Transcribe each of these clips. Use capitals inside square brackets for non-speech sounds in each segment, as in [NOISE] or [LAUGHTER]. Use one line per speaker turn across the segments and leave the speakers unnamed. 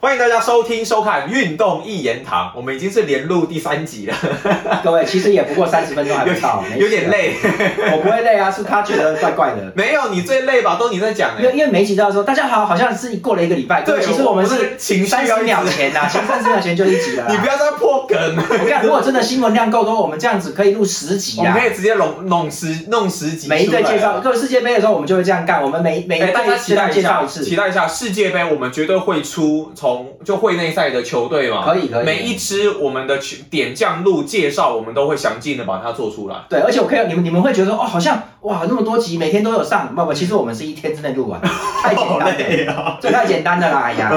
欢迎大家收听收看《运动一言堂》，我们已经是连录第三集了，
各位其实也不过三十分钟还不到，没
有点累。
事啊 [LAUGHS] 的，我不会累哎啊，是他觉得怪怪的。
没有，你最累吧？都你在讲
因为
哎。
因为每一集都要说大家好，好像是过了一个礼拜，
对
其实我们
我们
是
是情绪要
三
一直
十秒
[LAUGHS]
前呐、前三十秒前就一集了啦。啊
你不要再破梗，
[LAUGHS] 我跟你讲，如果真的新闻量够多，我们这样子可以录十集
我们
啊
可。以直接弄弄十弄十集出来。
每一队介绍，各位世界杯的时候，我们就会这样干。我们每每一
哎，大家
队
期
这
待
样
一
介绍
下，
一次，
期待一下世界杯，我们绝对会出从就会内赛的球队嘛，
可以可以
每一支我们的球点将录介绍，我们都会详尽的把它做
[LAUGHS]
出来。
对，而且我可以，你们你们会觉得说，哦，好像哇那么多集，每天都有上，不不，其实我们是一天之内录完，太简
[LAUGHS]
单了，
啊
这太简单了啦，哎呀，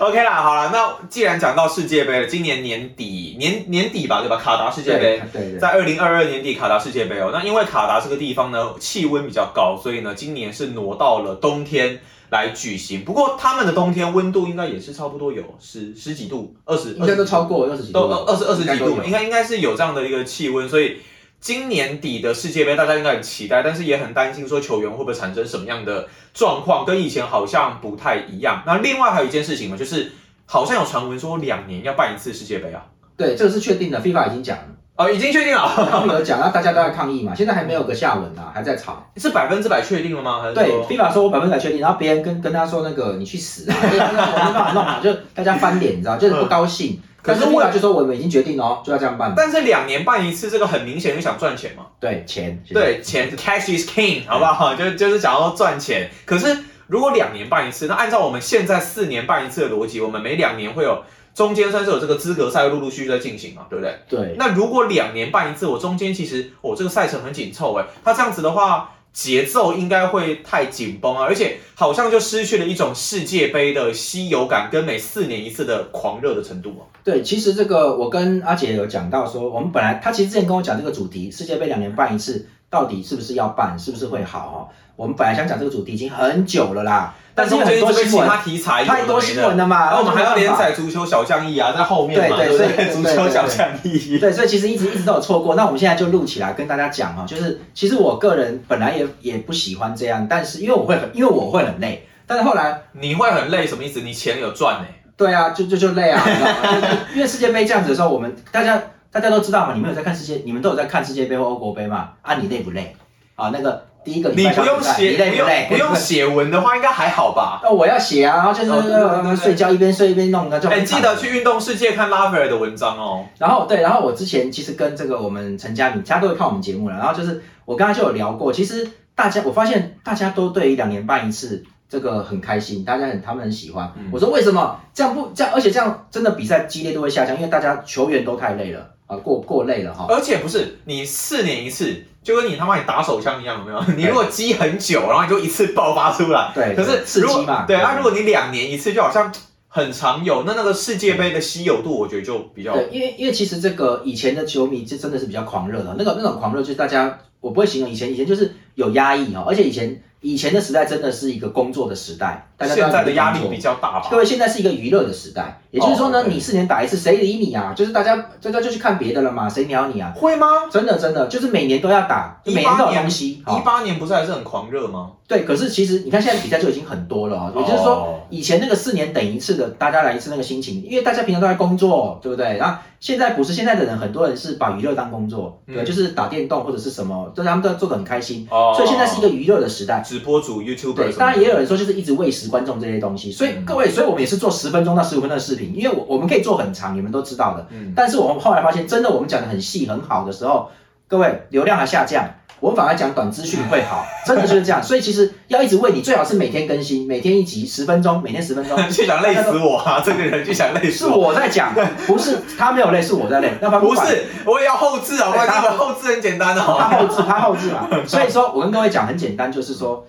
！OK 啦，好啦，那既然讲到世界杯了，今年年底年年底 [LAUGHS] 吧，对吧？卡达世界杯
对。对对，
在二零二二年底卡达世界杯哦，那因为卡达这个地方呢气温比较高，所以呢今年是挪到了冬天来举行。不过他们的冬天温度应该也是差不多有十十几度，二十
应该都超过二十几
都
度
二
了，
二十二十几度嘛，
应
应该应该是有这样的一个气温，所以今年底的世界杯大家应该很期待，但是也很担心说球员会不会产生什么样的状况，跟以前好像不太一样。那另外还有一件事情嘛，就是好像有传闻说两年要办一次世界杯啊，
对，这个是确定的，FIFA 已
[LAUGHS]
经讲了，
哦，已经确定了，
他们有讲，那大家都在抗议嘛，现在还没有个下文啊，还在吵。
是百分之百确定了吗？还是
对
说
，FIFA 说我百分百确定，然后别人跟跟他说那个你去死啊，这个我没办法弄啊，就大家翻脸，你知道，就是不高兴。
嗯可
可
是
是
我
FIFA 就说我们已经决定了哦，就要这样办。
但是两年办一次，这个很明显就想赚钱嘛。
对，钱，其实，
对，钱 cash is king，好不好？ [LAUGHS] 就就是想要赚钱。可是如果两年办一次，那按照我们现在四年办一次的逻辑，我们每两年会有中间算是有这个资格赛陆陆续续在进行嘛，对不对？
对，
那如果两年办一次，我中间其实我、哦、这个赛程很紧凑哎，它这样子的话。节奏应该会太紧绷啊，而且好像就失去了一种世界杯的稀有感，跟每四年一次的狂热的程度啊嘛。
对，其实这个我跟阿姐有讲到说，我们本来她其实之前跟我讲这个主题，世界杯两年办一次，到底是不是要办，是不是会好哦？我们本来想讲这个主题已经很久了啦，但是
中
因为
间
很
一直
多
被
新
其
闻，
他题材有的
太多
没的
新闻了嘛，
然后我们还要
没
连
办法
载足球小将翼啊，在后面嘛，
对
不
对
对？
对
足
对对
球
对
小将翼。
对，所以其实一直一直都有错过。那我们现在就录起来跟大家讲哦，就是其实我个人本来也也不喜欢这样，但是因为我会很，因为我会很累，但是后来
[LAUGHS] 你会很累，什么意思？你钱有赚欸呢、
对啊，就就就累啊，你知道吗 [LAUGHS] 就是因为世界杯这样子的时候，我们大家大家都知道嘛，你们有在看世界，你们都有在看世界杯或欧国杯嘛？啊，你累不累？啊，那个第一个礼
你
拜
不
上
用
比赛
写，
你累
不
不累
用？不用写文的话，应该还好吧？
哦，我要写啊，然后就是、
哦对对对对
睡觉一边睡一边弄，那就
哎、
很
记
惨
得去运动世界看拉斐尔的文章哦。
然后对，然后我之前其实跟这个我们陈佳敏，大家都会看我们节目了。然后就是我刚才就有聊过，其实大家我发现大家都对于两年办一次这个很开心，大家很他们很喜欢。
嗯
我说为什么这样不这样？而且这样真的比赛激烈度会下降，因为大家球员都太累了啊，过过累了哈。
而且不是你四年一次，就跟你他妈你打手枪一样，有没有？你如果积很久，然后你就一次爆发出来。
对，
可是
刺
如果
激嘛，
对啊，如果你两年一次，就好像很常有，那那个世界杯的稀有度，我觉得就比较
对，因为因为其实这个以前的球迷就真的是比较狂热的，那个那种狂热就是大家我不会形容以前，以前就是有压抑哦，而且以前以前的时代真的是一个工作的时代，大家都要
现在的
努力
压
工
力
作
比较大吧
各？位，现在是一个娱乐的时代，也就是说
哦
呢，
对
你四年打一次，谁理你啊？就是大家大家就去看别的了嘛，谁鸟你啊？
会吗？
真的真的，就是每年都要打，就每年都有东西。好
一八年不是还是很狂热吗？
对，可是其实你看现在比赛就已经很多了哦，也就是说。
哦，
以前那个四年等一次的，大家来一次那个心情，因为大家平常都在工作，对不对？然后现在不是，现在的人很多人是把娱乐当工作，
嗯
对，就是打电动或者是什么，就他们都做的很开心，
哦
所以现在是一个娱乐的时代。
直播主 YouTuber，
对，
什么的
当然也有人说就是一直喂食观众这些东西，所以
嗯
各位，所以我们也是做十分钟到十五分钟的视频，因为我我们可以做很长，你们都知道的。
嗯，
但是我们后来发现，真的我们讲的很细很好的时候，各位流量还下降，我们反而讲短资讯会
[LAUGHS]
好，真的就是这样。所以其实要一直喂你，最好是每天更新，每天一集十分钟，每天十分
[LAUGHS]
钟。
[LAUGHS] 就想累死我 [LAUGHS] 啊！这个人就想累死
是
我。
我在讲，不是他没有累，是我在累。那他
[LAUGHS] 不是，我也要后置啊！我
对
这
他
个后置很简单
他
哦。
后
[LAUGHS]
置，他后置嘛。所以说我跟各位讲很简单，就是说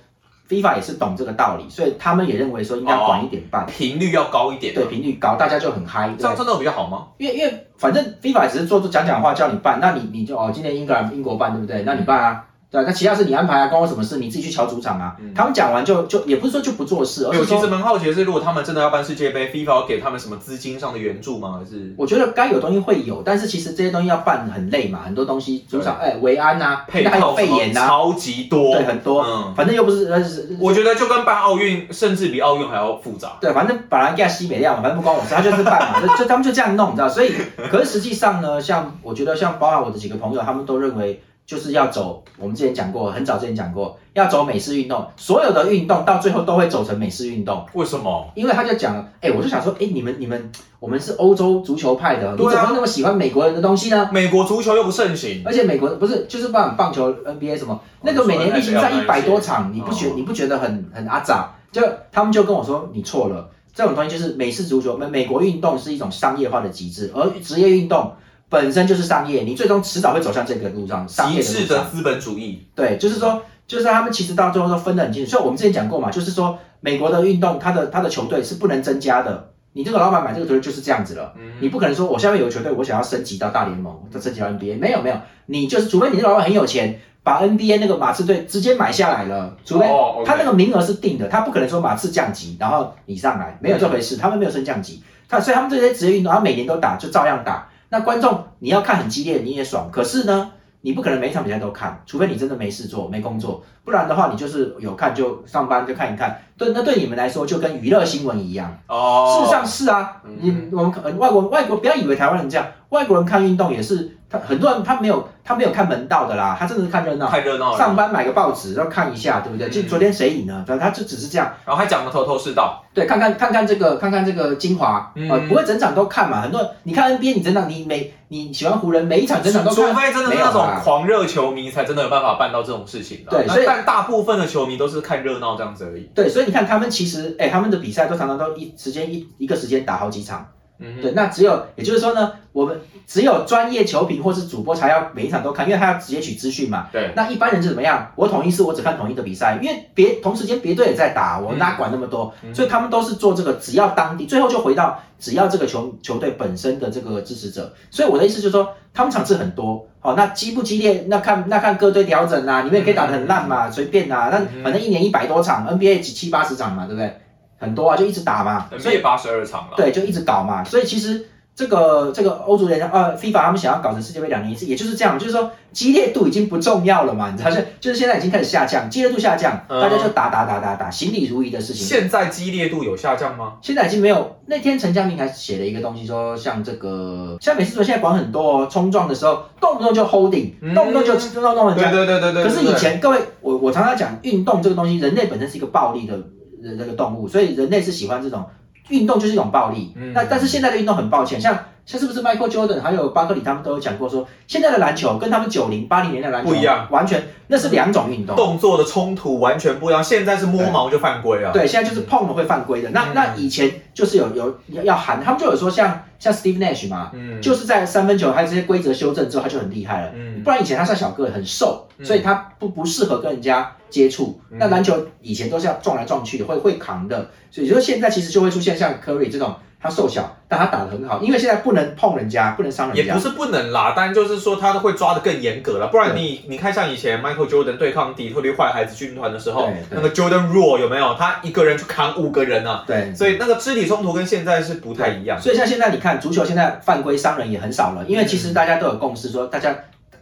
，FIFA 也是懂这个道理，所以他们也认为说应
哦
该管一点半。
频率要高一点啊，
对频率高，大家就很嗨。
这
对
样，真的比较好吗？
因为因为反正 FIFA 只是做做讲讲话叫你办，那你你就哦，今天英格兰英国办对不对？那你办啊，对吧？那其他事你安排啊，关我什么事？你自己去瞧主场啊。
嗯
他们讲完就就也不是说就不做事，而
哎我
是
其实
说
蛮好奇的是，如果他们真的要办世界杯，FIFA 要给他们什么资金上的援助吗？还是
我觉得该有东西会有，但是其实这些东西要办很累嘛，很多东西主场哎维安呐、
配
那还有
套
肺
什么
炎呐、
超级多，
对，很多，
嗯，
反正又不是呃是。
我觉得就跟办奥运，甚至比奥运还要复杂。
对，反正把人家西北料嘛，反正不关我事，他就是办嘛，就就他们就这样弄，你知道？所以，可是实际上呢，像我觉得像包含我的几个朋友，他们都认为就是要走，我们之前讲过，很早之前讲过，要走美式运动，所有的运动到最后都会走成美式运动。
为什么？
因为他就讲，哎、我就想说，哎、你们你们，我们是欧洲足球派的，你怎
对啊
么那么喜欢美国人的东西呢？
美国足球又不盛行，
而且美国不是就是棒棒球 NBA 什么，那个每年例行赛一百多场，你不觉
哦
你不觉得很很阿杂？就他们就跟我说你错了，这种东西就是美式足球，美美国运动是一种商业化的极致，而职业运动本身就是商业，你最终迟早会走向这个路上，商业
极致
的啊路上
的。资本主义。
对，就是说，就是他们其实到最后都分得很清楚。所以我们之前讲过嘛，就是说美国的运动，它的它的球队是不能增加的。你这个老板买这个球队就是这样子了，
嗯
你不可能说我下面有个球队，我想要升级到大联盟，再升级到 NBA，没有没有，你就是除非你这个老板很有钱，把 NBA 那个马刺队直接买下来了，除非
哦，OK
他那个名额是定的，他不可能说马刺降级，然后你上来，没有这回事，他们没有升降级，他所以他们这些职业运动，他每年都打，就照样打。那观众你要看很激烈，你也爽，可是呢，你不可能每一场比赛都看，除非你真的没事做、没工作，不然的话你就是有看就上班就看一看。对，那对你们来说就跟娱乐新闻一样，
哦，
事实上是啊，你
嗯
我们可呃外国外国不要以为台湾人这样，外国人看运动也是他很多人他没有他没有看门道的啦，他真的是看热闹。
太热闹了。
啊上，班买个报纸，要看一下，对不对？
嗯
就昨天谁赢了，反正他就只是这样，
然后还讲的头头是道。
对，看看看看这个，看看这个精华，
嗯
呃，不会整场都看嘛。很多人你看 NBA，你整场你每你喜欢湖人，每一场整场都
除
看，
非真的是
没有
那种
啦
狂热球迷，才真的有办法办到这种事情啦。啊
对
那
所以
但大部分的球迷都是看热闹这样子而已。
对，所以你看他们其实，哎，他们的比赛都常常都一时间一一个时间打好几场，
嗯
对，
哼，
那只有也就是说呢，我们只有专业球评或是主播才要每一场都看，因为他要直接取资讯嘛。
对，
那一般人是怎么样？我统一是我只看统一的比赛，因为别同时间别队也在打，我哪管那么多？
嗯
所以他们都是做这个，只要当地最后就回到只要这个球球队本身的这个支持者。所以我的意思就是说，他们场次很多，好、那激不激烈？那看那看各队调整啊，你们也可以打得很烂嘛，随便啊。那
嗯
反正一年一百多场，NBA 几七八十场嘛，对不对？很多啊，就一直打嘛。所以
，NBA 八十二场了。
对，就一直搞嘛。所以其实这个这个欧足联呃 FIFA 他们想要搞成世界杯两年一次，也就是这样，就是说激烈度已经不重要了嘛，你知道，就就是现在已经开始下降，激烈度下降，
嗯
大家就打打打打打，行礼如仪的事情。
现在激烈度有下降吗？
现在已经没有。那天陈佳明还写了一个东西说像这个，像美式足球现在管很多哦，冲撞的时候动不动就 holding，
嗯
动不动就就弄弄人
对
家。
对对对对。
可是
对
以，前各位，我我常常讲，运动这个东西，人类本身是一个暴力的人那个动物，所以人类是喜欢这种运动就是一种暴力。
嗯
那但是现在的运动很抱歉，像像是不是 Michael Jordan 还有巴克里他们都有讲过说，现在的篮球跟他们九零八零年代的篮球
不一样，
完全那是两种运
对
动。
动作的冲突完全不一样，现在是摸毛就犯规啊。
对，现在就是碰了会犯规的。那
嗯
那以前就是有有要要喊，他们就有说像像 Steve Nash 嘛，
嗯，
就是在三分球还有这些规则修正之后，他就很厉害了。
嗯
不然以前他算小个，很瘦，
嗯
所以他不不适合跟人家接触。
嗯
那篮球以前都是要撞来撞去的，会会扛的，所以说现在其实就会出现像 Curry 这种，他瘦小，但他打得很好，因为现在不能碰人家，不能伤人
也
家。
不是不能啦，但就是说他会抓得更严格了，不然
对
你你看像以前 Michael Jordan 对抗底特律坏孩子军团的时候
对，对
那个 Jordan Rule 有没有？他一个人去扛五个人啊，
对，
所以那个肢体冲突跟现在是不太一样。
所以像现在你看足球，现在犯规伤人也很少了，因为其实
嗯
大家都有共识说，大家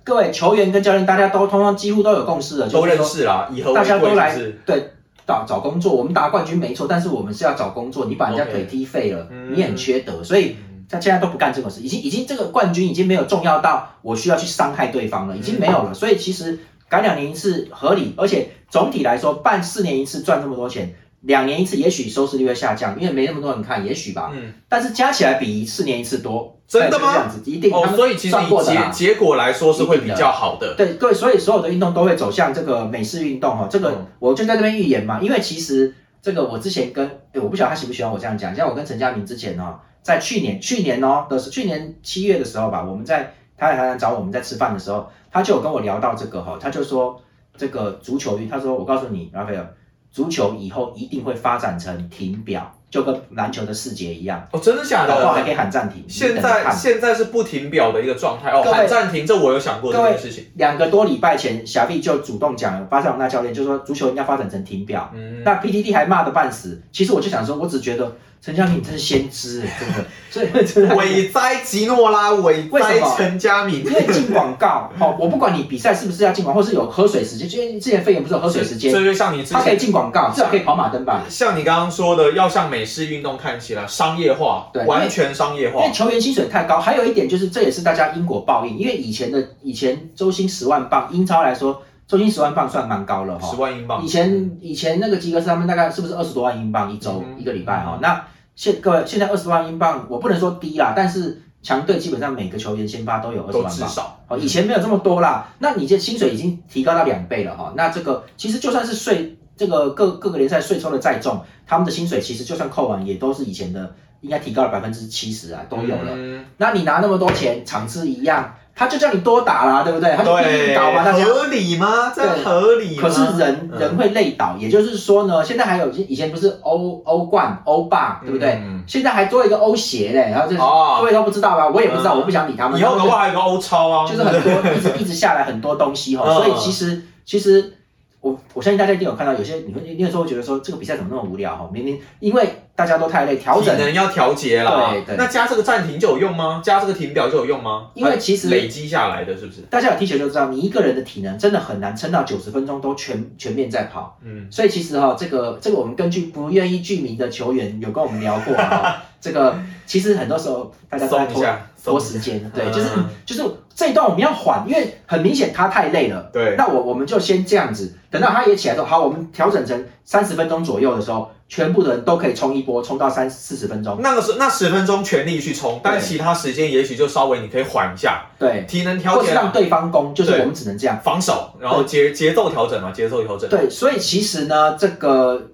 各位球员跟教练，大家都通通几乎都有共识了，
都
就是
认
说
识啦，以和为
大家都
贵
来
是不是？
对找找工作，我们打冠军没错，但是我们是要找工作，你把人家
OK
腿踢废了
嗯
你也很缺德，所以他现在都不干这种事，已经已经这个冠军已经没有重要到我需要去伤害对
嗯
方了，已经没有了，所以其实改两年一次合理，而且总体来说办四年一次赚这么多钱。两年一次，也许收视率会下降，因为没那么多人看，也许吧。
嗯，
但是加起来比四年一次多，
真的
对就
吗
这样子一定，他
哦，
们
所以其实
算
以
过的啊
结
啦。
结果来说是会比较好的。
对对，所以所有的运动都会走向这个美式运动哈，这个
嗯
我就在这边预言嘛，因为其实这个我之前跟，诶我不晓得他喜不喜欢我这样讲，像我跟陈佳明之前哦，在去年去年哦的是去年七月的时候吧，我们在他来台南找我们在吃饭的时候，他就有跟我聊到这个哈，他就说这个足球运，他说我告诉你，拉斐尔，足球以后一定会发展成停表，就跟篮球的世界一样，
哦，真的假
搞不好还可以
的？
喊暂停。
现
你等着
在
看
现在是不停表的一个状态哦，
各位
喊暂停，这我有想过这
各位
件事情。
两个多礼拜前，小毕就主动讲，巴塞罗那教练就说足球应该发展成停表。
嗯，
那 PTT 还骂的半死，其实我就想说，我只觉得陈嘉明真是先知，真
[LAUGHS]
的，所以 [LAUGHS] 真的，
伟哉吉诺拉，伟
为什
哉
么
陈佳明
因，为进广告，哦，我不管你比赛是不是要进广告，或是有喝水时间，就因为之前肺炎不是有喝水时
[LAUGHS] 所
间，
以就像你之
他可以
前，
进广告，至少可以跑马灯吧？
像你刚刚说的，要向美式运动看齐了，商业化
对，
完全商业
因为
化。
球员薪水太高，还有一点就是，这也是大家因果报应，因为以前的以前周薪十万镑，英超来说，周薪十万镑算蛮高了哈、
十万英镑，
以前以前那个吉格斯他们大概是不是二十多万英镑一周、
嗯
一个礼拜哈、那现各位现在二十万英镑，我不能说低啦，但是强队基本上每个球员先发都有二十
都
万
至
镑。
少
哦，以前没有这么多啦，那你这薪水已经提高到两倍了哈、那这个其实就算是税，这个各各个联赛税抽的再重，他们的薪水其实就算扣完，也都是以前的应该提高了百分之七十啊，都有了。
嗯
那你拿那么多钱，场次一样，他就叫你多打啦，对不对？他就逼你
对，
搞嘛，大家
合理吗？这样合理吗？
可是人
嗯
人会累倒，也就是说呢，现在还有以前不是欧欧冠、欧霸，对不对？
嗯
现在还多一个欧协嘞，然后这
哦
各位都不知道吧？我也不知道，
嗯
我不想理他们。
以后搞
他
不
们
好还有个欧超啊，
就是很多一直一直下来很多东西哈，
嗯
所以其实其实我我相信大家一定有看到，有些你会你有时候会觉得说这个比赛怎么那么无聊哈？明明因为大家都太累，调
体
整，
能要调节啦。
对对
那加这个暂停就有用吗？加这个停表就有用吗？
因为其实
它累积下来的是不是？
大家有踢球就知道，你一个人的体能真的很难撑到九十分钟都全全面在跑。
嗯，
所以其实哈、这个这个我们根据不愿意具名的球员有跟我们聊过啊、这个其实很多时候大家都在
松一
拖
下，
拖
松
时间，
嗯
对，就是就是这一段我们要缓，因为很明显他太累了。
对，
那我我们就先这样子，等到他也起来之后，好，我们调整成三十分钟左右的时候，全部的人都可以冲一波，冲到三四十分钟。
那个是那十分钟全力去冲，但
对
其他时间也许就稍微你可以缓一下，
对，
体能调
或是
节
让
啊，
对方攻，就是
对
我们只能这样。
防守，然后节节奏调整嘛，节奏调整。
对，所以其实呢，这个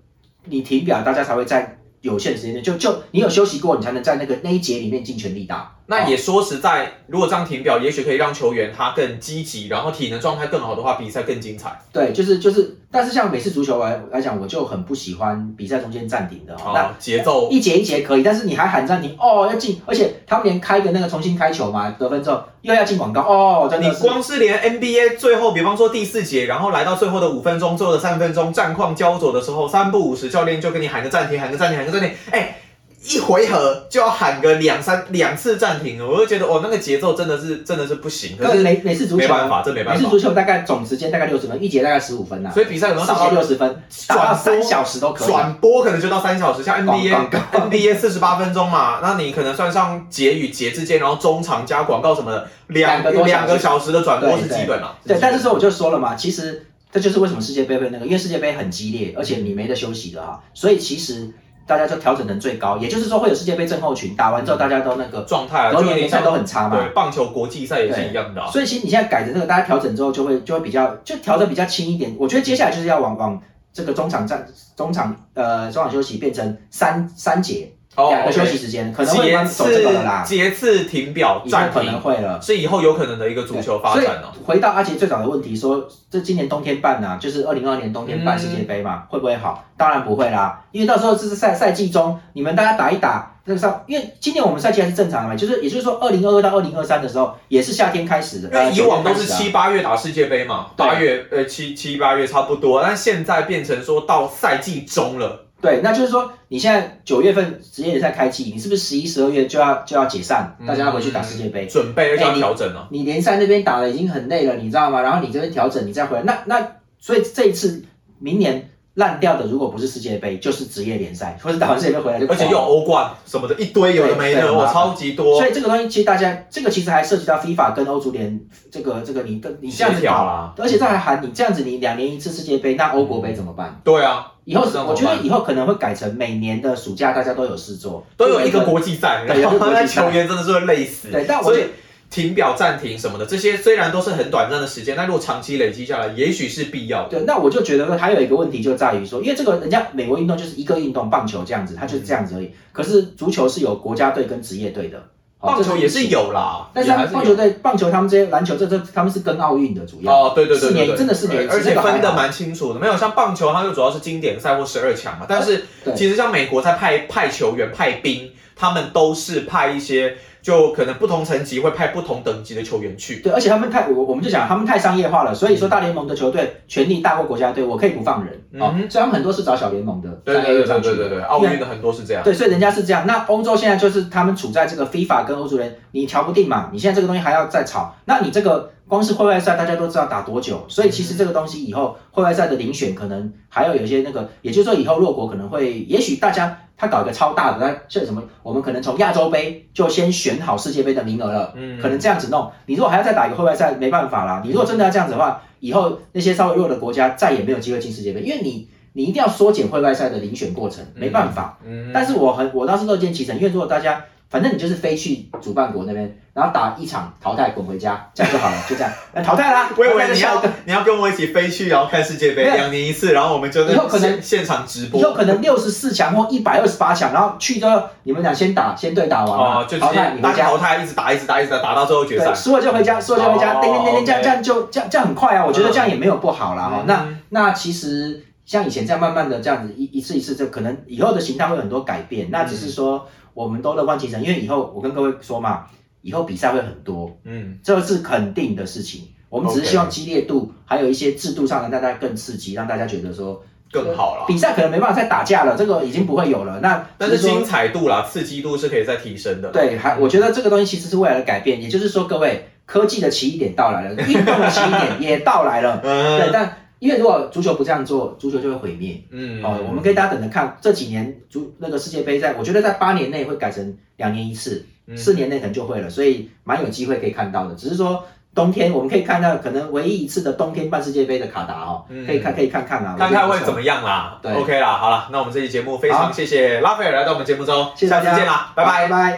你停表，大家才会在有限时间内，就就你有休息过，你才能在那个那一节里面尽全力打。
那
哦、
也说实在，如果这样停表，也许可以让球员他更积极，然后体能状态更好的话，比赛更精彩。
对，就是就是，但是像美式足球来来讲，我就很不喜欢比赛中间暂停的、哦。那
好，节奏
一节一节可以，但是你还喊暂停哦，要进，而且他们连开个那个重新开球嘛，得分之后又要进广告哦，真
你
的是
光是连 NBA 最后，比方说第四节，然后来到最后的五分钟，最后的三分钟，战况焦灼的时候，三不五时，教练就跟你喊个暂停，喊个暂停，喊个暂停，哎、一回合就要喊个两三两次暂停，我就觉得哦，那个节奏真的是真的是不行，可
对
是
美美式足球啊
没办法，这没
美
办
式
法
足，球大概总时间大概六十分，一节大概十五分呐、
所以比赛有没有
上
打
到
到
六十分，打到三小时都可以。啊
转播可能就到三小时，像
广
NBA
广
NBA 四十八分钟嘛，那你可能算上节与节之间，然后中场加广告什么的，两
两个多小时
两个小时的转播是基本嘛？
对，
基本
但是说我就说了嘛，其实这就是为什么世界杯会那个，因为世界杯很激烈，而且你没得休息的哈、所以其实大家就调整成最高，也就是说会有世界杯症候群，打完之后大家都那个
状态啊，
隔
就有
年
点
联
像
赛都很差嘛
对。棒球国际赛也是一样的啊。
所以其实你现在改成这个，大家调整之后就会就会比较就调的比较轻一点。我觉得接下来就是要往往这个中场战中场呃中场休息变成三三节
哦
两个
OK
休息时间，可能会
节
慢慢走这
次
个了啦，
节次停表
以后
暂
可能
停，
会了。
是以后有可能的一个足球发展哦。
所以回到阿杰最早的问题说，这今年冬天办呐、就是二零二年冬天办
嗯
世界杯嘛，会不会好？当然不会啦，因为到时候这是赛赛季中，你们大家打一打，那个上，因为今年我们赛季还是正常的嘛，就是也就是说二零二二到二零二三的时候，也是夏天开始的，
因为以往都是
呃九月开始
七
啊
八月打世界杯嘛，
对啊
八月呃七七八月差不多，但现在变成说到赛季中了，
对，那就是说你现在九月份职业联赛开季，你是不是十一、十二月就要就要解散，
嗯
大家要回去打世界杯？
准备而且要
哎你
调整了。
你联赛那边打的已经很累了，你知道吗？然后你这边调整，你再回来，那那所以这一次明年烂掉的，如果不是世界杯，就是职业联赛，或者打完世界杯回来就
而且又有欧冠什么的，一堆有的没的，
对对
我
麻烦
超级多
所。以这个东西其实大家这个其实还涉及到 FIFA 跟欧足联这个这个你跟你这样子
协调
搞
啦
而且这还喊你这样子，你两年一次世界杯，那欧国杯怎么办？
对啊，
以后
这怎么
我觉
办
得以后可能会改成每年的暑假大家都有事做，
都有一
就
个
每
国际赛，
对
然后
有一个
[LAUGHS]
国
那
际赛
球员真的是会累死。
对，但我
所
觉
以
得
停表、暂停什么的，这些虽然都是很短暂的时间，但如果长期累积下来，也许是必要的。
对，那我就觉得还有一个问题就在于说，因为这个人家美国
嗯
运动就是一个运动，棒球这样子，它就是这样子而已。可是足球是有国家队跟职业队的，哦
棒球也
这
是
一起
有啦，
但是
也
他
还
们
是
棒
有
球队、棒球他们这些篮球这这他们是跟奥运的主要
哦，对对对
四
对
年
对，
真的是年一次
而且
这个还
分的
好
蛮清楚的，没有像棒球，它就主要是经典赛或十二强嘛。但是
对
其实像美国在派派球员、派兵，他们都是派一些就可能不同层级会派不同等级的球员去。
对，而且他们太我我们就讲他们太商业化了，所以说
嗯
大联盟的球队权力大过国家队，我可以不放人哦
嗯，
所以他们很多是找小联盟的
对
三 A
对对
又
对
上去
对对
的，
对，奥运的很多是这样。
对，所以人家是这样。那欧洲现在就是他们处在这个 FIFA 跟欧足联，你瞧不定嘛，你现在这个东西还要再吵，那你这个光是会外赛大家都知道打多久，所以其实这个东西以后会外赛的遴选可能还要有一些那个，也就是说以后弱国可能会，也许大家他搞一个超大的，那像什么，我们可能从亚洲杯就先选好世界杯的名额了，
嗯
可能这样子弄。你如果还要再打一个会外赛，没办法啦。你如果真的要这样子的话，以后那些稍微弱的国家再也没有机会进世界杯，因为你你一定要缩减会外赛的遴选过程，没办法。
嗯，
但是我很我倒是乐见其成，因为如果大家反正你就是飞去主办国那边，然后打一场淘汰滚回家，这样就好了，就
[LAUGHS]
这样，那淘汰啦。
我以
淘汰
为
就
你
下一
要
个
你要跟我一起飞去，然后看世界杯，
没有
两年一次，然后我们就在
以后可能
现现场直播
以。后可能六十四强或一百二十八强，然后去之后你们俩先打，先对打完嘛，
哦，就直
淘
接
汰你
单
回家
淘。汰，一直打，一直打，一直打，打到最后决赛
对，。输了就回家，输了就回家，
哦
叮叮叮叮，这样
OK
这样就这样这样很快啊！我觉得这样也没有不好啦。哦
嗯，
那那其实像以前这样慢慢的这样子一一次一次，就可能以后的形态会有很多改变。那只是说我们都乐观其成，因为以后我跟各位说嘛，以后比赛会很多，
嗯，
这是肯定的事情。我们只是希望
OK
激烈度还有一些制度上让大家更刺激，让大家觉得说
更好了。
比赛可能没办法再打架了，这个已经不会有了。那
但
只
是
是说
精彩度啦、刺激度是可以再提升的。，
对，还我觉得这个东西其实是未来的改变，也就是说，各位科技的起点到来了，运动的起点也到来了。
[LAUGHS]
对，
嗯
但因为如果足球不这样做，足球就会毁灭。
嗯
哦，我们可以大家等着看，这几年足那个世界杯在，我觉得在八年内会改成两年一次，
嗯
四年内可能就会了，所以蛮有机会可以看到的。只是说冬天我们可以看到，可能唯一一次的冬天办世界杯的卡达哦，
嗯
可以看可以看看啊，
看看会怎
样。
么样啦。
对
OK 啦，好了，那我们这期节目非常
好
谢谢拉斐尔来到我们节目中，
谢谢
下
大
次
家
见啦，拜拜。
拜拜。